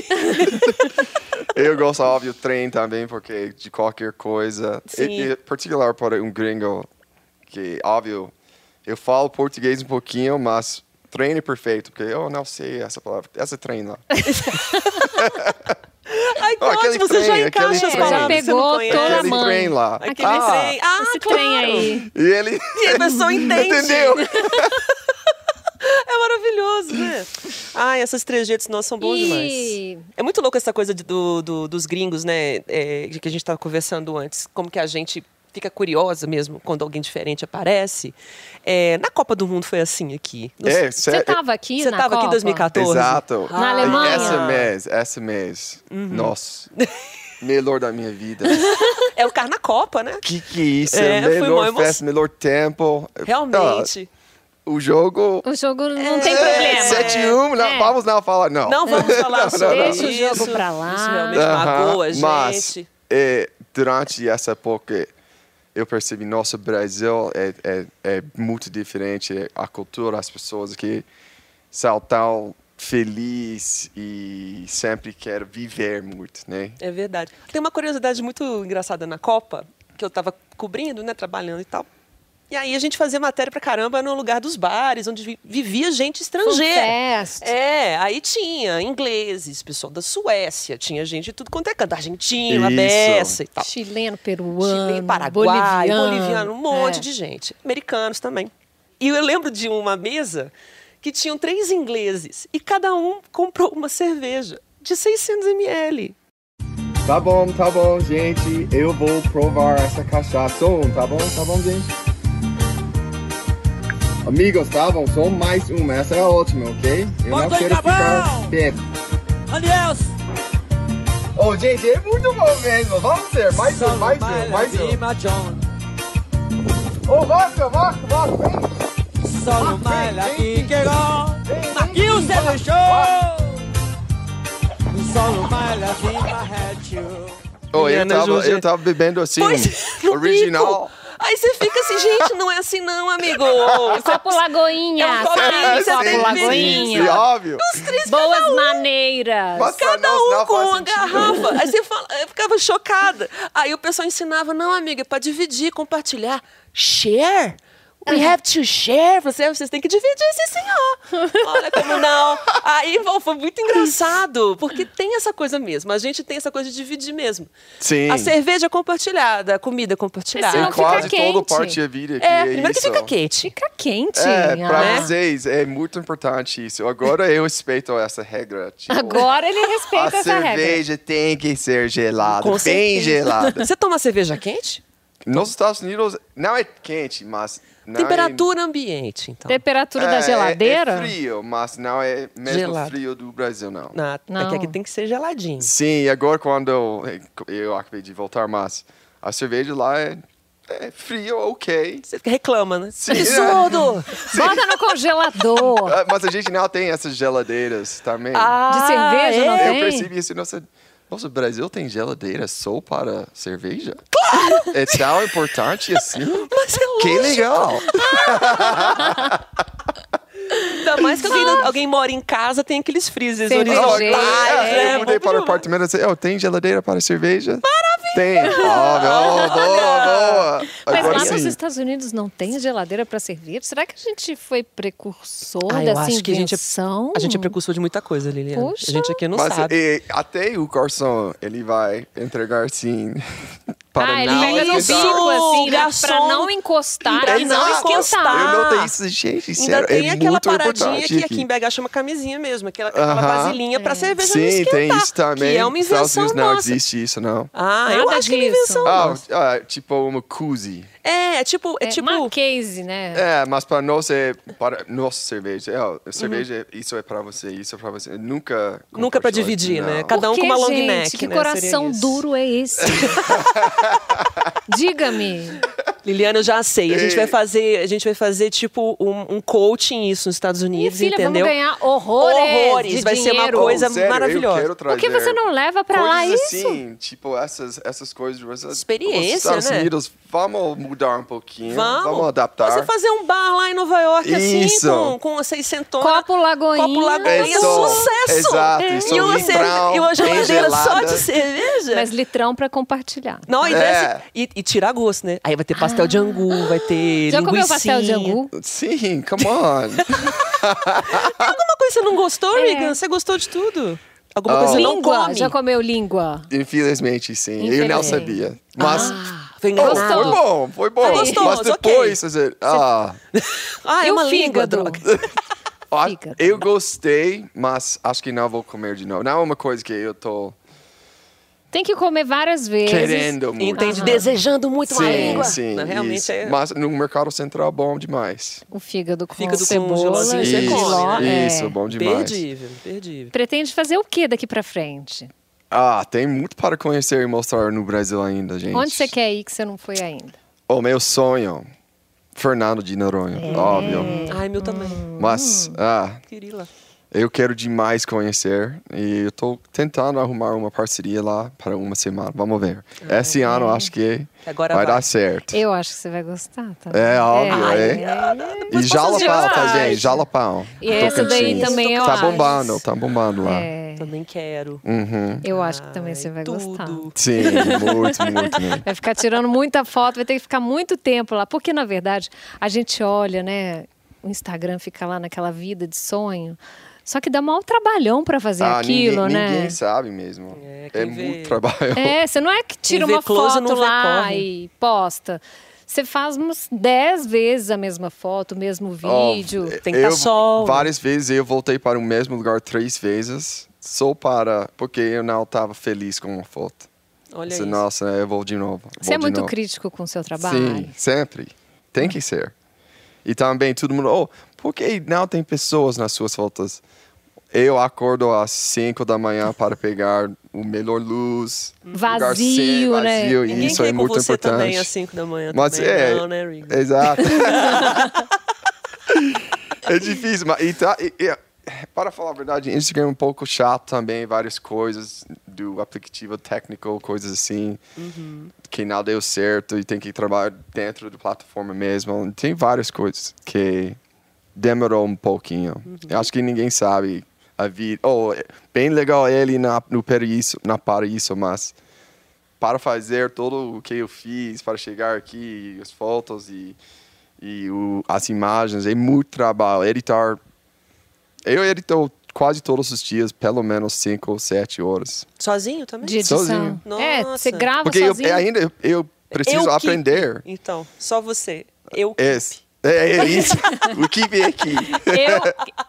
[SPEAKER 3] Eu gosto, óbvio, trem também, porque de qualquer coisa. E-
[SPEAKER 2] Sim.
[SPEAKER 3] e particular para um gringo, que, óbvio, eu falo português um pouquinho, mas trem é perfeito, porque eu não sei essa palavra. Essa trem lá.
[SPEAKER 2] Ai, que
[SPEAKER 3] Ó, aquele
[SPEAKER 2] ótimo, você já
[SPEAKER 3] trem, aquele
[SPEAKER 2] encaixa as
[SPEAKER 3] trem.
[SPEAKER 2] palavras. que você não
[SPEAKER 1] Já pegou
[SPEAKER 2] conhece.
[SPEAKER 1] toda a
[SPEAKER 3] Aquele
[SPEAKER 1] mãe.
[SPEAKER 3] trem lá.
[SPEAKER 2] Aquele
[SPEAKER 3] Ah,
[SPEAKER 2] trem. Ah,
[SPEAKER 1] Esse
[SPEAKER 2] claro.
[SPEAKER 1] trem aí.
[SPEAKER 3] E ele.
[SPEAKER 2] E a pessoa entende.
[SPEAKER 3] <laughs> Entendeu?
[SPEAKER 2] É maravilhoso, né? Ai, essas trejeitos nossos são bons demais.
[SPEAKER 1] E
[SPEAKER 2] É muito louco essa coisa de- do, do- dos gringos, né? É, de que a gente estava conversando antes. Como que a gente fica curiosa mesmo quando alguém diferente aparece. É, na Copa do Mundo foi assim aqui. Não sei-
[SPEAKER 3] É,
[SPEAKER 1] você
[SPEAKER 3] sério.
[SPEAKER 1] estava aqui
[SPEAKER 2] Você tá
[SPEAKER 1] na
[SPEAKER 2] estava aqui em
[SPEAKER 1] Copa?
[SPEAKER 2] 2014?
[SPEAKER 3] Exato.
[SPEAKER 1] Na Alemanha.
[SPEAKER 3] Essa mês, essa mês.
[SPEAKER 2] Uhum. <laughs>
[SPEAKER 3] Nossa. Melhor da minha vida.
[SPEAKER 2] É o Carna Copa, né?
[SPEAKER 3] Que que isso?
[SPEAKER 2] É, foi uma
[SPEAKER 3] melhor
[SPEAKER 2] emoção.
[SPEAKER 3] festa, melhor tempo.
[SPEAKER 2] Realmente.
[SPEAKER 3] Ah, o jogo.
[SPEAKER 1] O jogo não tem
[SPEAKER 2] É,
[SPEAKER 1] problema.
[SPEAKER 3] 7-1, não,
[SPEAKER 1] É.
[SPEAKER 3] vamos não falar, não.
[SPEAKER 2] Não vamos falar sobre
[SPEAKER 1] Deixa o
[SPEAKER 2] isso.
[SPEAKER 1] jogo pra lá.
[SPEAKER 2] Isso realmente
[SPEAKER 3] Aham,
[SPEAKER 2] magoa a gente.
[SPEAKER 3] Mas, é, durante essa época, eu percebi nosso Brasil é, é, é muito diferente. A cultura, as pessoas que são tão felizes e sempre querem viver muito, né?
[SPEAKER 2] É verdade. Tem uma curiosidade muito engraçada na Copa, que eu estava cobrindo, né, trabalhando e tal. E aí a gente fazia matéria pra caramba no lugar dos bares, onde vi- vivia gente estrangeira.
[SPEAKER 1] Fest.
[SPEAKER 2] É, aí tinha ingleses, pessoal da Suécia, tinha gente de tudo quanto é canto, argentino, a
[SPEAKER 3] Isso.
[SPEAKER 2] beça e tal.
[SPEAKER 1] Tá. Chileno,
[SPEAKER 2] Chile,
[SPEAKER 1] peruano,
[SPEAKER 2] Paraguai, boliviano, um monte
[SPEAKER 1] é.
[SPEAKER 2] de gente. Americanos também. E eu lembro de uma mesa que tinham três ingleses e cada um comprou uma cerveja de 600 ml.
[SPEAKER 4] Tá bom, tá bom, gente. Eu vou provar essa cachaça. Um, Tá bom, tá bom, gente? Amigos, tá bom? Só mais uma. Essa é a última, ok? Eu não
[SPEAKER 5] Vamos
[SPEAKER 4] quero
[SPEAKER 5] aí, tá
[SPEAKER 4] ficar
[SPEAKER 5] bom!
[SPEAKER 4] bêbado.
[SPEAKER 5] Adiós!
[SPEAKER 4] Oh, gente, é muito bom mesmo. Vamos ser. Mais um, mais um, mais um.
[SPEAKER 5] Lima John,
[SPEAKER 4] Oh, vaca, vaca, vaca. Vem,
[SPEAKER 5] solo Maila e Queiroz.
[SPEAKER 4] vem, vem.
[SPEAKER 5] Aqui o Zé do Show! Solo Maila Lima Hatch.
[SPEAKER 3] Oh, eu,
[SPEAKER 2] Juliana
[SPEAKER 3] tava,
[SPEAKER 2] Júlia.
[SPEAKER 3] eu tava bebendo assim,
[SPEAKER 2] <laughs> Pois, no
[SPEAKER 3] original.
[SPEAKER 2] bico. Aí você fica assim, gente, não é assim não, amigo. É
[SPEAKER 6] Só pro Lagoinha.
[SPEAKER 2] É um
[SPEAKER 6] só
[SPEAKER 2] copinho,
[SPEAKER 6] pro-
[SPEAKER 2] você
[SPEAKER 6] só
[SPEAKER 2] tem
[SPEAKER 6] pro
[SPEAKER 2] que ver
[SPEAKER 6] Lagoinha.
[SPEAKER 3] sim,
[SPEAKER 1] É
[SPEAKER 3] óbvio.
[SPEAKER 2] é
[SPEAKER 6] Boas maneiras.
[SPEAKER 3] Mas
[SPEAKER 2] Cada
[SPEAKER 3] não,
[SPEAKER 2] um
[SPEAKER 3] senão
[SPEAKER 2] com
[SPEAKER 3] faz
[SPEAKER 2] uma
[SPEAKER 3] sentido.
[SPEAKER 2] garrafa. Aí você fala, eu ficava chocada. Aí o pessoal ensinava, não, amiga, é pra dividir, compartilhar. Share? We have to share. Você, vocês têm que dividir esse
[SPEAKER 3] <laughs>
[SPEAKER 2] senhor. Olha como não. Aí bom, foi muito engraçado, porque tem essa coisa mesmo. A gente tem essa coisa de dividir mesmo.
[SPEAKER 3] Sim.
[SPEAKER 2] A cerveja é compartilhada, a comida é compartilhada.
[SPEAKER 1] Senão
[SPEAKER 3] Em
[SPEAKER 1] fica
[SPEAKER 3] quase
[SPEAKER 1] quente.
[SPEAKER 3] toda parte da vida que
[SPEAKER 2] É,
[SPEAKER 3] é,
[SPEAKER 2] primeiro que
[SPEAKER 3] isso.
[SPEAKER 2] fica quente.
[SPEAKER 1] Fica quente.
[SPEAKER 3] É, pra
[SPEAKER 1] Ah.
[SPEAKER 3] vocês é muito importante isso. Agora eu respeito essa regra. tipo,
[SPEAKER 1] Agora ele respeita
[SPEAKER 3] <laughs> a
[SPEAKER 1] essa regra.
[SPEAKER 3] cerveja tem que ser gelada,
[SPEAKER 2] Com
[SPEAKER 3] bem
[SPEAKER 2] certeza.
[SPEAKER 3] gelada.
[SPEAKER 2] Você toma cerveja quente?
[SPEAKER 3] Nos Estados Unidos não é quente, mas não é-
[SPEAKER 2] Temperatura ambiente, então.
[SPEAKER 1] Temperatura
[SPEAKER 3] é,
[SPEAKER 1] da
[SPEAKER 3] é-
[SPEAKER 1] geladeira?
[SPEAKER 3] É, frio, mas não é mesmo
[SPEAKER 2] Gelado.
[SPEAKER 3] frio do Brasil não.
[SPEAKER 2] Na,
[SPEAKER 1] Não.
[SPEAKER 2] É que aqui tem que ser geladinho.
[SPEAKER 3] Sim, agora quando eu, eu acabei de voltar, mas a cerveja lá é, é frio, ok.
[SPEAKER 2] Você fica- reclama, né?
[SPEAKER 3] Sim. <laughs>
[SPEAKER 2] Absurdo!
[SPEAKER 1] Bota no congelador.
[SPEAKER 3] Ah, Mas a gente não tem essas geladeiras também.
[SPEAKER 1] De cerveja, não
[SPEAKER 3] Ah, Eu
[SPEAKER 1] tem?
[SPEAKER 3] percebi isso. Nossa, nossa, o Brasil tem geladeira só para cerveja? Claro! É tão importante assim?
[SPEAKER 2] Mas é
[SPEAKER 3] Que
[SPEAKER 2] lógico.
[SPEAKER 3] legal!
[SPEAKER 2] Ainda mais que alguém, alguém mora em casa, tem aqueles freezers
[SPEAKER 1] Cervejeira.
[SPEAKER 3] Não,
[SPEAKER 2] horizontais.
[SPEAKER 1] jeito.
[SPEAKER 3] é,
[SPEAKER 2] né?
[SPEAKER 3] eu mudei
[SPEAKER 2] Bom
[SPEAKER 3] para o
[SPEAKER 2] demais.
[SPEAKER 3] apartamento e disse, oh, tem geladeira para cerveja? Maravilha! Tem! Ó, oh, boa, boa!
[SPEAKER 1] Mas
[SPEAKER 3] Agora
[SPEAKER 1] lá nos
[SPEAKER 3] sim.
[SPEAKER 1] Estados Unidos não tem geladeira para servir? Será que a gente foi precursor
[SPEAKER 2] Ah, eu
[SPEAKER 1] dessa
[SPEAKER 2] acho que a gente é-
[SPEAKER 1] invenção?
[SPEAKER 2] A gente é precursor de muita coisa, Liliana.
[SPEAKER 1] Puxa.
[SPEAKER 2] A gente aqui não
[SPEAKER 3] Mas
[SPEAKER 2] sabe.
[SPEAKER 3] e, até o garçom, ele vai entregar sim <laughs> para
[SPEAKER 1] Ah, ele
[SPEAKER 3] não
[SPEAKER 1] pega no
[SPEAKER 3] esquentar.
[SPEAKER 1] bico assim, né?
[SPEAKER 2] garçom.
[SPEAKER 1] pra não encostar
[SPEAKER 2] Pra
[SPEAKER 1] e não
[SPEAKER 2] não
[SPEAKER 1] esquentar.
[SPEAKER 2] encostar.
[SPEAKER 3] Eu notei isso, gente,
[SPEAKER 2] Ainda
[SPEAKER 3] sério,
[SPEAKER 2] tem
[SPEAKER 3] é
[SPEAKER 2] aquela
[SPEAKER 3] muito
[SPEAKER 2] paradinha
[SPEAKER 3] importante
[SPEAKER 2] que aqui em BH chama camisinha mesmo, aquela, aquela
[SPEAKER 3] Aham.
[SPEAKER 2] vasilhinha pra cerveja não
[SPEAKER 3] Sim,
[SPEAKER 2] esquentar.
[SPEAKER 3] tem isso também.
[SPEAKER 2] Que é uma
[SPEAKER 3] Nos Estados
[SPEAKER 2] invenção
[SPEAKER 3] Unidos não
[SPEAKER 2] nossa.
[SPEAKER 3] existe isso, não.
[SPEAKER 2] Ah, eu
[SPEAKER 1] Nada
[SPEAKER 2] acho que é
[SPEAKER 1] disso.
[SPEAKER 2] uma invenção
[SPEAKER 3] Ah,
[SPEAKER 2] nossa.
[SPEAKER 3] ah, tipo uma cozy.
[SPEAKER 2] É, é tipo... É,
[SPEAKER 1] É,
[SPEAKER 2] tipo
[SPEAKER 1] Uma case, né?
[SPEAKER 3] É, mas para nós é para nossa cerveja. É,
[SPEAKER 2] Uhum.
[SPEAKER 3] a cerveja, isso é para você, isso é para você. Nunca
[SPEAKER 2] Nunca pra
[SPEAKER 3] compartilha,
[SPEAKER 2] dividir, né?
[SPEAKER 3] não.
[SPEAKER 2] Cada um
[SPEAKER 1] Por
[SPEAKER 2] com uma
[SPEAKER 1] que,
[SPEAKER 2] long
[SPEAKER 1] gente?
[SPEAKER 2] neck,
[SPEAKER 1] Que
[SPEAKER 2] né? Seria
[SPEAKER 1] coração
[SPEAKER 2] isso.
[SPEAKER 1] duro é
[SPEAKER 3] <laughs>
[SPEAKER 1] esse? Diga-me.
[SPEAKER 2] Liliana, eu já sei. A gente
[SPEAKER 3] Ei.
[SPEAKER 2] vai fazer, a gente vai fazer tipo um, um coaching isso nos Estados
[SPEAKER 1] Minha
[SPEAKER 2] Unidos,
[SPEAKER 1] filha,
[SPEAKER 2] entendeu?
[SPEAKER 1] vamos ganhar horrores,
[SPEAKER 2] Horrores,
[SPEAKER 1] de
[SPEAKER 2] vai ser uma
[SPEAKER 1] dinheiro.
[SPEAKER 3] Oh,
[SPEAKER 2] coisa
[SPEAKER 3] sério,
[SPEAKER 2] maravilhosa.
[SPEAKER 3] Eu quero trazer
[SPEAKER 1] Por que você não leva pra lá
[SPEAKER 3] coisas
[SPEAKER 1] isso?
[SPEAKER 3] assim, tipo essas essas coisas, essas-
[SPEAKER 2] Experiência,
[SPEAKER 3] os Estados
[SPEAKER 2] né?
[SPEAKER 3] Unidos, vamos mudar um pouquinho,
[SPEAKER 2] Vamos.
[SPEAKER 3] vamos, adaptar.
[SPEAKER 2] Você fazer um bar lá em Nova York, assim,
[SPEAKER 3] Isso.
[SPEAKER 2] com, com 600
[SPEAKER 1] Copo Lagoinha. É.
[SPEAKER 2] Copo Lagoinha,
[SPEAKER 3] Isso.
[SPEAKER 2] sucesso!
[SPEAKER 3] Exato, isso,
[SPEAKER 2] E uma,
[SPEAKER 3] litrão,
[SPEAKER 2] cerve- e uma
[SPEAKER 3] bem
[SPEAKER 2] geladeira só
[SPEAKER 3] gelada.
[SPEAKER 2] de cerveja?
[SPEAKER 1] Mas litrão pra compartilhar.
[SPEAKER 2] Não, e,
[SPEAKER 3] É.
[SPEAKER 2] desse- e, e tirar gosto, né? Aí vai ter pastel de angu, vai ter
[SPEAKER 1] Ah. Já
[SPEAKER 2] linguiça.
[SPEAKER 1] comeu pastel de angu?
[SPEAKER 3] Sim, come
[SPEAKER 2] <laughs>
[SPEAKER 3] on.
[SPEAKER 2] Alguma coisa você não gostou,
[SPEAKER 1] É.
[SPEAKER 2] Regan? Você gostou de tudo? Alguma
[SPEAKER 3] Oh.
[SPEAKER 2] coisa você não
[SPEAKER 1] Língua.
[SPEAKER 2] come?
[SPEAKER 1] Já comeu língua?
[SPEAKER 3] Infelizmente, sim. Eu não
[SPEAKER 1] Infelizmente.
[SPEAKER 3] sabia.
[SPEAKER 2] Ah.
[SPEAKER 3] Mas
[SPEAKER 2] Foi
[SPEAKER 3] Oh,
[SPEAKER 2] enganado.
[SPEAKER 3] foi bom, foi bom.
[SPEAKER 2] Gostou,
[SPEAKER 3] Mas
[SPEAKER 2] ok.
[SPEAKER 3] depois, fazer- ah,
[SPEAKER 2] Ah,
[SPEAKER 1] E
[SPEAKER 2] é
[SPEAKER 1] o
[SPEAKER 2] uma língua,
[SPEAKER 1] fígado?
[SPEAKER 3] <laughs>
[SPEAKER 2] droga.
[SPEAKER 3] ó,
[SPEAKER 1] Fígado.
[SPEAKER 3] ah, eu gostei, mas acho que não vou comer de novo. Não é uma coisa que eu tô
[SPEAKER 1] Tem que comer várias vezes.
[SPEAKER 3] querendo muito. Ah.
[SPEAKER 1] Ah.
[SPEAKER 2] Entende? Desejando muito uma
[SPEAKER 3] Sim,
[SPEAKER 2] língua.
[SPEAKER 3] sim.
[SPEAKER 2] Não,
[SPEAKER 3] isso.
[SPEAKER 2] realmente é.
[SPEAKER 3] Mas no mercado central, é bom demais.
[SPEAKER 1] O fígado com
[SPEAKER 2] Fígado com
[SPEAKER 1] cebola,
[SPEAKER 2] gelazinho,
[SPEAKER 1] e
[SPEAKER 2] você
[SPEAKER 3] isso,
[SPEAKER 2] come,
[SPEAKER 1] é.
[SPEAKER 3] isso, bom demais.
[SPEAKER 2] Imperdível, imperdível.
[SPEAKER 1] Pretende fazer o que daqui pra frente?
[SPEAKER 3] Ah, tem muito para conhecer e mostrar no Brasil ainda, gente.
[SPEAKER 1] Onde você quer ir que você não foi ainda?
[SPEAKER 3] O meu sonho, Fernando de Noronha, óbvio.
[SPEAKER 1] Hum.
[SPEAKER 2] Ai, meu também.
[SPEAKER 3] Mas, ah,
[SPEAKER 2] Queria ir lá.
[SPEAKER 3] Eu quero demais conhecer e eu tô tentando arrumar uma parceria lá para uma semana. Vamos ver.
[SPEAKER 1] Ah,
[SPEAKER 3] Esse ano acho que
[SPEAKER 2] Agora
[SPEAKER 3] vai,
[SPEAKER 2] vai.
[SPEAKER 3] dar certo.
[SPEAKER 1] Eu acho que você vai gostar também.
[SPEAKER 3] É óbvio,
[SPEAKER 1] É.
[SPEAKER 3] hein? E Jalapão,
[SPEAKER 2] demais.
[SPEAKER 3] tá, gente? Jalapão.
[SPEAKER 1] E essa daí
[SPEAKER 3] Tocantins.
[SPEAKER 1] também eu
[SPEAKER 3] Tá
[SPEAKER 1] acho.
[SPEAKER 3] bombando, tá bombando lá.
[SPEAKER 1] É,
[SPEAKER 2] Também quero.
[SPEAKER 3] Uhum.
[SPEAKER 1] eu acho que também
[SPEAKER 2] Ai,
[SPEAKER 1] você vai gostar.
[SPEAKER 2] tudo.
[SPEAKER 3] Sim, muito, muito, muito.
[SPEAKER 1] Vai ficar tirando muita foto, vai ter que ficar muito tempo lá. Porque, na verdade, a gente olha, né? O Instagram fica lá naquela vida de sonho. Só que dá maior trabalhão pra <laughs> fazer
[SPEAKER 3] Ah,
[SPEAKER 1] aquilo,
[SPEAKER 3] ninguém,
[SPEAKER 1] né?
[SPEAKER 3] Ninguém sabe mesmo.
[SPEAKER 2] É,
[SPEAKER 3] É,
[SPEAKER 2] quem vê-
[SPEAKER 3] muito trabalho.
[SPEAKER 1] É, você não é que tira
[SPEAKER 2] vê
[SPEAKER 1] uma
[SPEAKER 2] close
[SPEAKER 1] foto
[SPEAKER 2] Um não vê
[SPEAKER 1] lá
[SPEAKER 2] corre.
[SPEAKER 1] e posta. Você faz umas 10 vezes a mesma foto, o mesmo
[SPEAKER 3] <laughs> Ó, é,
[SPEAKER 1] vídeo.
[SPEAKER 2] Tem que tá
[SPEAKER 3] eu-
[SPEAKER 2] sol.
[SPEAKER 3] Várias vezes eu voltei para o mesmo lugar três vezes, só para. porque eu não estava feliz com uma foto.
[SPEAKER 2] Olha
[SPEAKER 3] Disse,
[SPEAKER 2] isso.
[SPEAKER 3] Nossa, eu vou de novo.
[SPEAKER 1] Você é
[SPEAKER 3] vou de
[SPEAKER 1] muito
[SPEAKER 3] novo."
[SPEAKER 1] crítico com o seu trabalho. É.
[SPEAKER 3] Sim, sempre. Tem que ser. E também todo mundo, oh, por que não tem pessoas nas suas fotos? Eu acordo às 5 da manhã para pegar o melhor luz.
[SPEAKER 1] Vazio,
[SPEAKER 3] lugar sem-
[SPEAKER 1] né?
[SPEAKER 3] vazio, e
[SPEAKER 2] Ninguém
[SPEAKER 3] isso
[SPEAKER 2] quer
[SPEAKER 3] é
[SPEAKER 2] com
[SPEAKER 3] muito
[SPEAKER 2] você
[SPEAKER 3] importante.
[SPEAKER 2] também às 5 da manhã.
[SPEAKER 3] Mas
[SPEAKER 2] também.
[SPEAKER 3] é.
[SPEAKER 2] Não, né, Rigo? <laughs>
[SPEAKER 3] Exato. é difícil, mas. E tá, e- e- para falar a verdade, Instagram é um pouco chato também, várias coisas do aplicativo técnico, coisas assim,
[SPEAKER 2] Uhum.
[SPEAKER 3] que não deu certo e tem que trabalhar dentro da plataforma mesmo. Tem várias coisas que demorou um pouquinho.
[SPEAKER 2] Uhum.
[SPEAKER 3] Eu acho que ninguém sabe a vida. Oh, é bem legal ele na, no Paris, na Paris, mas para fazer todo o que eu fiz para chegar aqui, as fotos e, e o, as imagens, é muito trabalho. Editar. Eu edito quase todos os dias, pelo menos 5 ou 7 horas.
[SPEAKER 2] Sozinho também?
[SPEAKER 1] De edição.
[SPEAKER 3] Sozinho.
[SPEAKER 1] É,
[SPEAKER 2] Nossa.
[SPEAKER 1] você grava
[SPEAKER 3] Porque eu, é,
[SPEAKER 1] sozinho.
[SPEAKER 3] ainda eu preciso
[SPEAKER 2] Eu que-
[SPEAKER 3] aprender.
[SPEAKER 2] Então, só você. Eu
[SPEAKER 3] É, é,
[SPEAKER 1] <laughs>
[SPEAKER 3] é isso. o keep é aqui.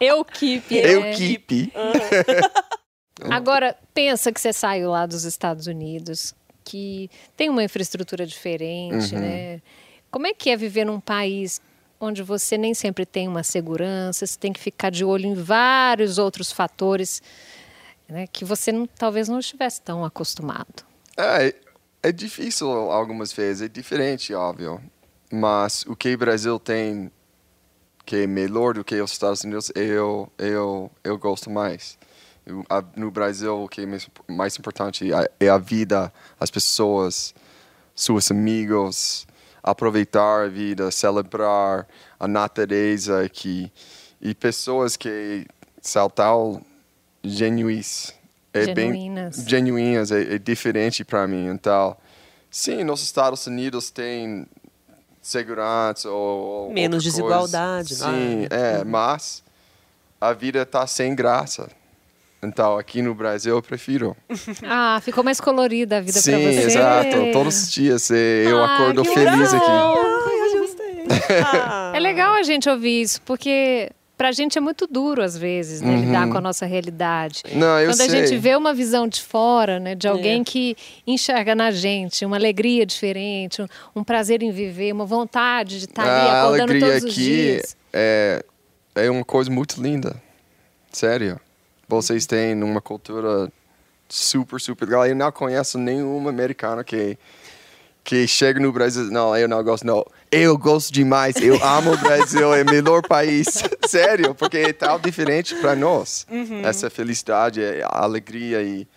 [SPEAKER 1] Eu, eu keep.
[SPEAKER 3] <laughs> Eu
[SPEAKER 1] né?
[SPEAKER 3] keep.
[SPEAKER 1] Agora, pensa que você saiu lá dos Estados Unidos, que tem uma infraestrutura diferente,
[SPEAKER 3] Uhum.
[SPEAKER 1] né? Como é que é viver num país onde você nem sempre tem uma segurança, você tem que ficar de olho em vários outros fatores né, que você não- talvez não estivesse tão
[SPEAKER 3] <laughs>
[SPEAKER 1] acostumado?
[SPEAKER 3] É, é difícil algumas vezes, é diferente, óbvio. Mas o que o Brasil tem que é melhor do que os Estados Unidos, eu, eu, eu gosto mais. Eu- a- No Brasil, o que é mais- mais importante é- é a vida, as pessoas, seus amigos, aproveitar a vida, celebrar a natureza aqui. E pessoas que são tão genuís. É bem-
[SPEAKER 1] Genuínas.
[SPEAKER 3] genuínas, é, é diferente para mim. Então, sim, nos Estados Unidos tem segurança ou, ou
[SPEAKER 2] Menos
[SPEAKER 3] outra
[SPEAKER 2] desigualdade,
[SPEAKER 3] coisa.
[SPEAKER 2] né?
[SPEAKER 3] Sim, é, mas a vida tá sem graça. Então, aqui no Brasil eu prefiro.
[SPEAKER 1] Ah, ficou mais colorida a vida para
[SPEAKER 3] Sim,
[SPEAKER 1] você.
[SPEAKER 3] exato. Todos os dias eh, eu
[SPEAKER 1] Ah,
[SPEAKER 3] acordo
[SPEAKER 1] que
[SPEAKER 3] feliz
[SPEAKER 1] legal.
[SPEAKER 3] aqui.
[SPEAKER 2] Ai,
[SPEAKER 1] <laughs>
[SPEAKER 2] eu gostei. Ah.
[SPEAKER 1] É legal a gente ouvir isso, porque pra gente é muito duro, às vezes, né, lidar com a nossa realidade.
[SPEAKER 3] Uhum. Não, eu
[SPEAKER 1] Quando a
[SPEAKER 3] sei.
[SPEAKER 1] gente vê uma visão de fora, né, de alguém
[SPEAKER 2] É.
[SPEAKER 1] que enxerga na gente uma alegria diferente, um, um prazer em viver, uma vontade de estar Tá ali
[SPEAKER 3] a
[SPEAKER 1] acordando
[SPEAKER 3] Ah, alegria
[SPEAKER 1] todos os
[SPEAKER 3] aqui
[SPEAKER 1] dias.
[SPEAKER 3] é, é uma coisa muito linda. Sério. Vocês têm uma cultura super, super legal. Eu não conheço nenhum americano que, que chega no Brasil. Não, eu não gosto, não. Eu gosto demais.
[SPEAKER 1] <laughs>
[SPEAKER 3] Eu amo o Brasil. é o melhor país. <laughs> Sério, porque é tão diferente para nós.
[SPEAKER 1] Uhum.
[SPEAKER 3] Essa felicidade, é a alegria e.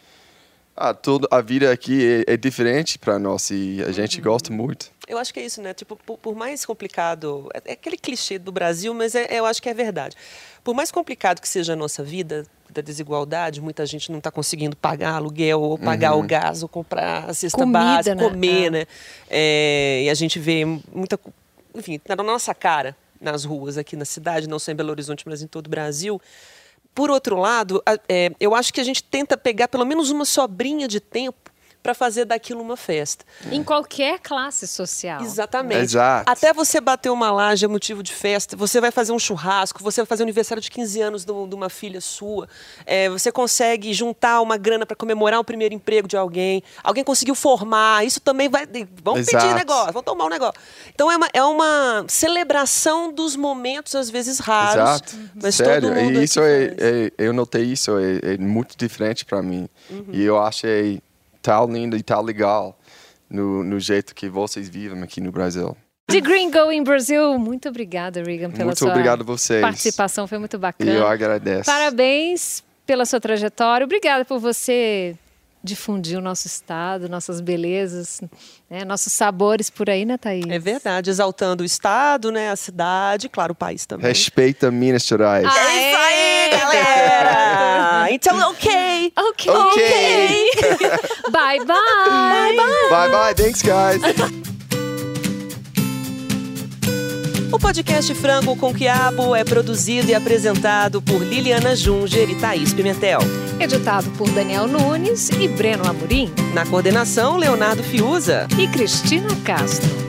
[SPEAKER 3] Ah, tudo, a vida aqui é, é diferente para nós e a gente
[SPEAKER 1] Uhum.
[SPEAKER 3] gosta muito.
[SPEAKER 2] Eu acho que é isso, né? Tipo, por, por mais complicado. É, é aquele clichê do Brasil, mas é- eu acho que é verdade. Por mais complicado que seja a nossa vida, da desigualdade, muita gente não está conseguindo pagar aluguel, ou pagar o gás, ou comprar a cesta
[SPEAKER 1] Comida,
[SPEAKER 2] básica,
[SPEAKER 1] né?
[SPEAKER 2] comer,
[SPEAKER 1] É.
[SPEAKER 2] né? É, e a gente vê muita. co- Enfim, tá na nossa cara, nas ruas aqui na cidade, não só em Belo Horizonte, mas em todo o Brasil. Por outro lado, a- é, eu acho que a gente tenta pegar pelo menos uma sobrinha de tempo para fazer daquilo uma festa.
[SPEAKER 1] Em qualquer classe social.
[SPEAKER 2] Exatamente.
[SPEAKER 3] Exato.
[SPEAKER 2] Até você bater uma laje é motivo de festa, você vai fazer um churrasco, você vai fazer o aniversário de 15 anos de um- de uma filha sua, é, você consegue juntar uma grana para comemorar o primeiro emprego de alguém, alguém conseguiu formar, isso também vai. Vão pedir
[SPEAKER 3] Exato.
[SPEAKER 2] negócio, vão tomar um negócio. Então é uma, é uma celebração dos momentos, às vezes raros.
[SPEAKER 3] Exato. Uhum.
[SPEAKER 2] Mas
[SPEAKER 3] Sério,
[SPEAKER 2] todo mundo
[SPEAKER 3] e isso
[SPEAKER 2] aqui
[SPEAKER 3] é,
[SPEAKER 2] faz.
[SPEAKER 3] é- eu notei isso, é, é muito diferente para mim. E eu achei tão lindo e tão legal no, no jeito que vocês vivem aqui no Brasil.
[SPEAKER 1] De Gringo em Brasil, muito obrigada, Regan, pela
[SPEAKER 3] Muito
[SPEAKER 1] sua
[SPEAKER 3] obrigado a vocês.
[SPEAKER 1] participação. Foi muito
[SPEAKER 3] E eu
[SPEAKER 1] bacana.
[SPEAKER 3] agradeço.
[SPEAKER 1] Parabéns pela sua trajetória. Obrigada por você difundir o nosso estado, nossas belezas, né, nossos sabores por aí, né, Thaís?
[SPEAKER 2] É verdade, exaltando o Estado, né, a cidade, e, claro, o país também.
[SPEAKER 3] Respeita Minas Gerais.
[SPEAKER 1] Ah,
[SPEAKER 2] É isso aí, galera! Então, ok!
[SPEAKER 1] Ok.
[SPEAKER 3] Ok.
[SPEAKER 1] bye, bye. Bye, bye.
[SPEAKER 3] Bye bye, thanks guys.
[SPEAKER 2] <laughs> O podcast Frango com Quiabo é produzido e apresentado por Liliana Junger e Thaís Pimentel.
[SPEAKER 1] Editado por Daniel Nunes e Breno Amorim
[SPEAKER 2] Na coordenação, Leonardo Fiuza.
[SPEAKER 1] e Cristina Castro.